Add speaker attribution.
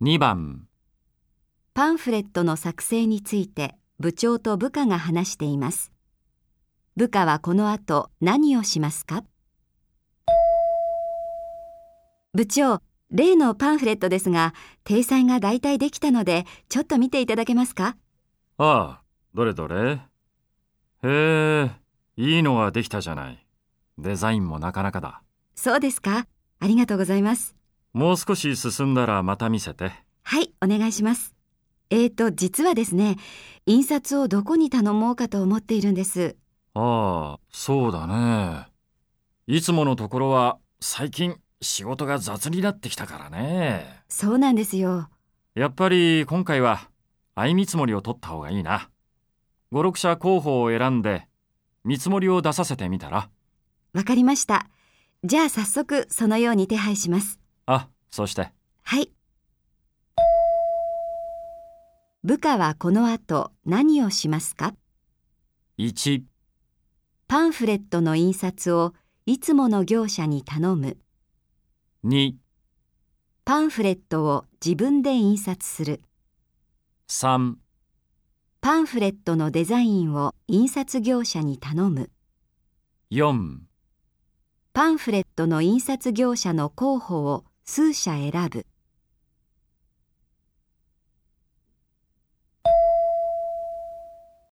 Speaker 1: 2番、
Speaker 2: パンフレットの作成について部長と部下が話しています。部下はこの後何をしますか部長、例のパンフレットですが、体裁が大体できたので、ちょっと見ていただけますか
Speaker 1: ああ、どれどれへえ、いいのができたじゃない。デザインもなかなかだ。
Speaker 2: そうですかありがとうございます。
Speaker 1: もう少し進んだらまた見せて。
Speaker 2: はい、お願いします。えーと、実はですね、印刷をどこに頼もうかと思っているんです。
Speaker 1: ああ、そうだね。いつものところは最近仕事が雑になってきたからね。
Speaker 2: そうなんですよ。
Speaker 1: やっぱり今回は相見積もりを取った方がいいな。5、6社候補を選んで見積もりを出させてみたら。
Speaker 2: わかりました。じゃあ早速そのように手配します。
Speaker 1: あ、そして。
Speaker 2: はい。部下はこの後何をしますか
Speaker 1: 1、
Speaker 2: パンフレットの印刷をいつもの業者に頼む。
Speaker 1: 2、
Speaker 2: パンフレットを自分で印刷する。
Speaker 1: 3、
Speaker 2: パンフレットのデザインを印刷業者に頼む。
Speaker 1: 4、
Speaker 2: パンフレットの印刷業者の候補を数社選ぶ。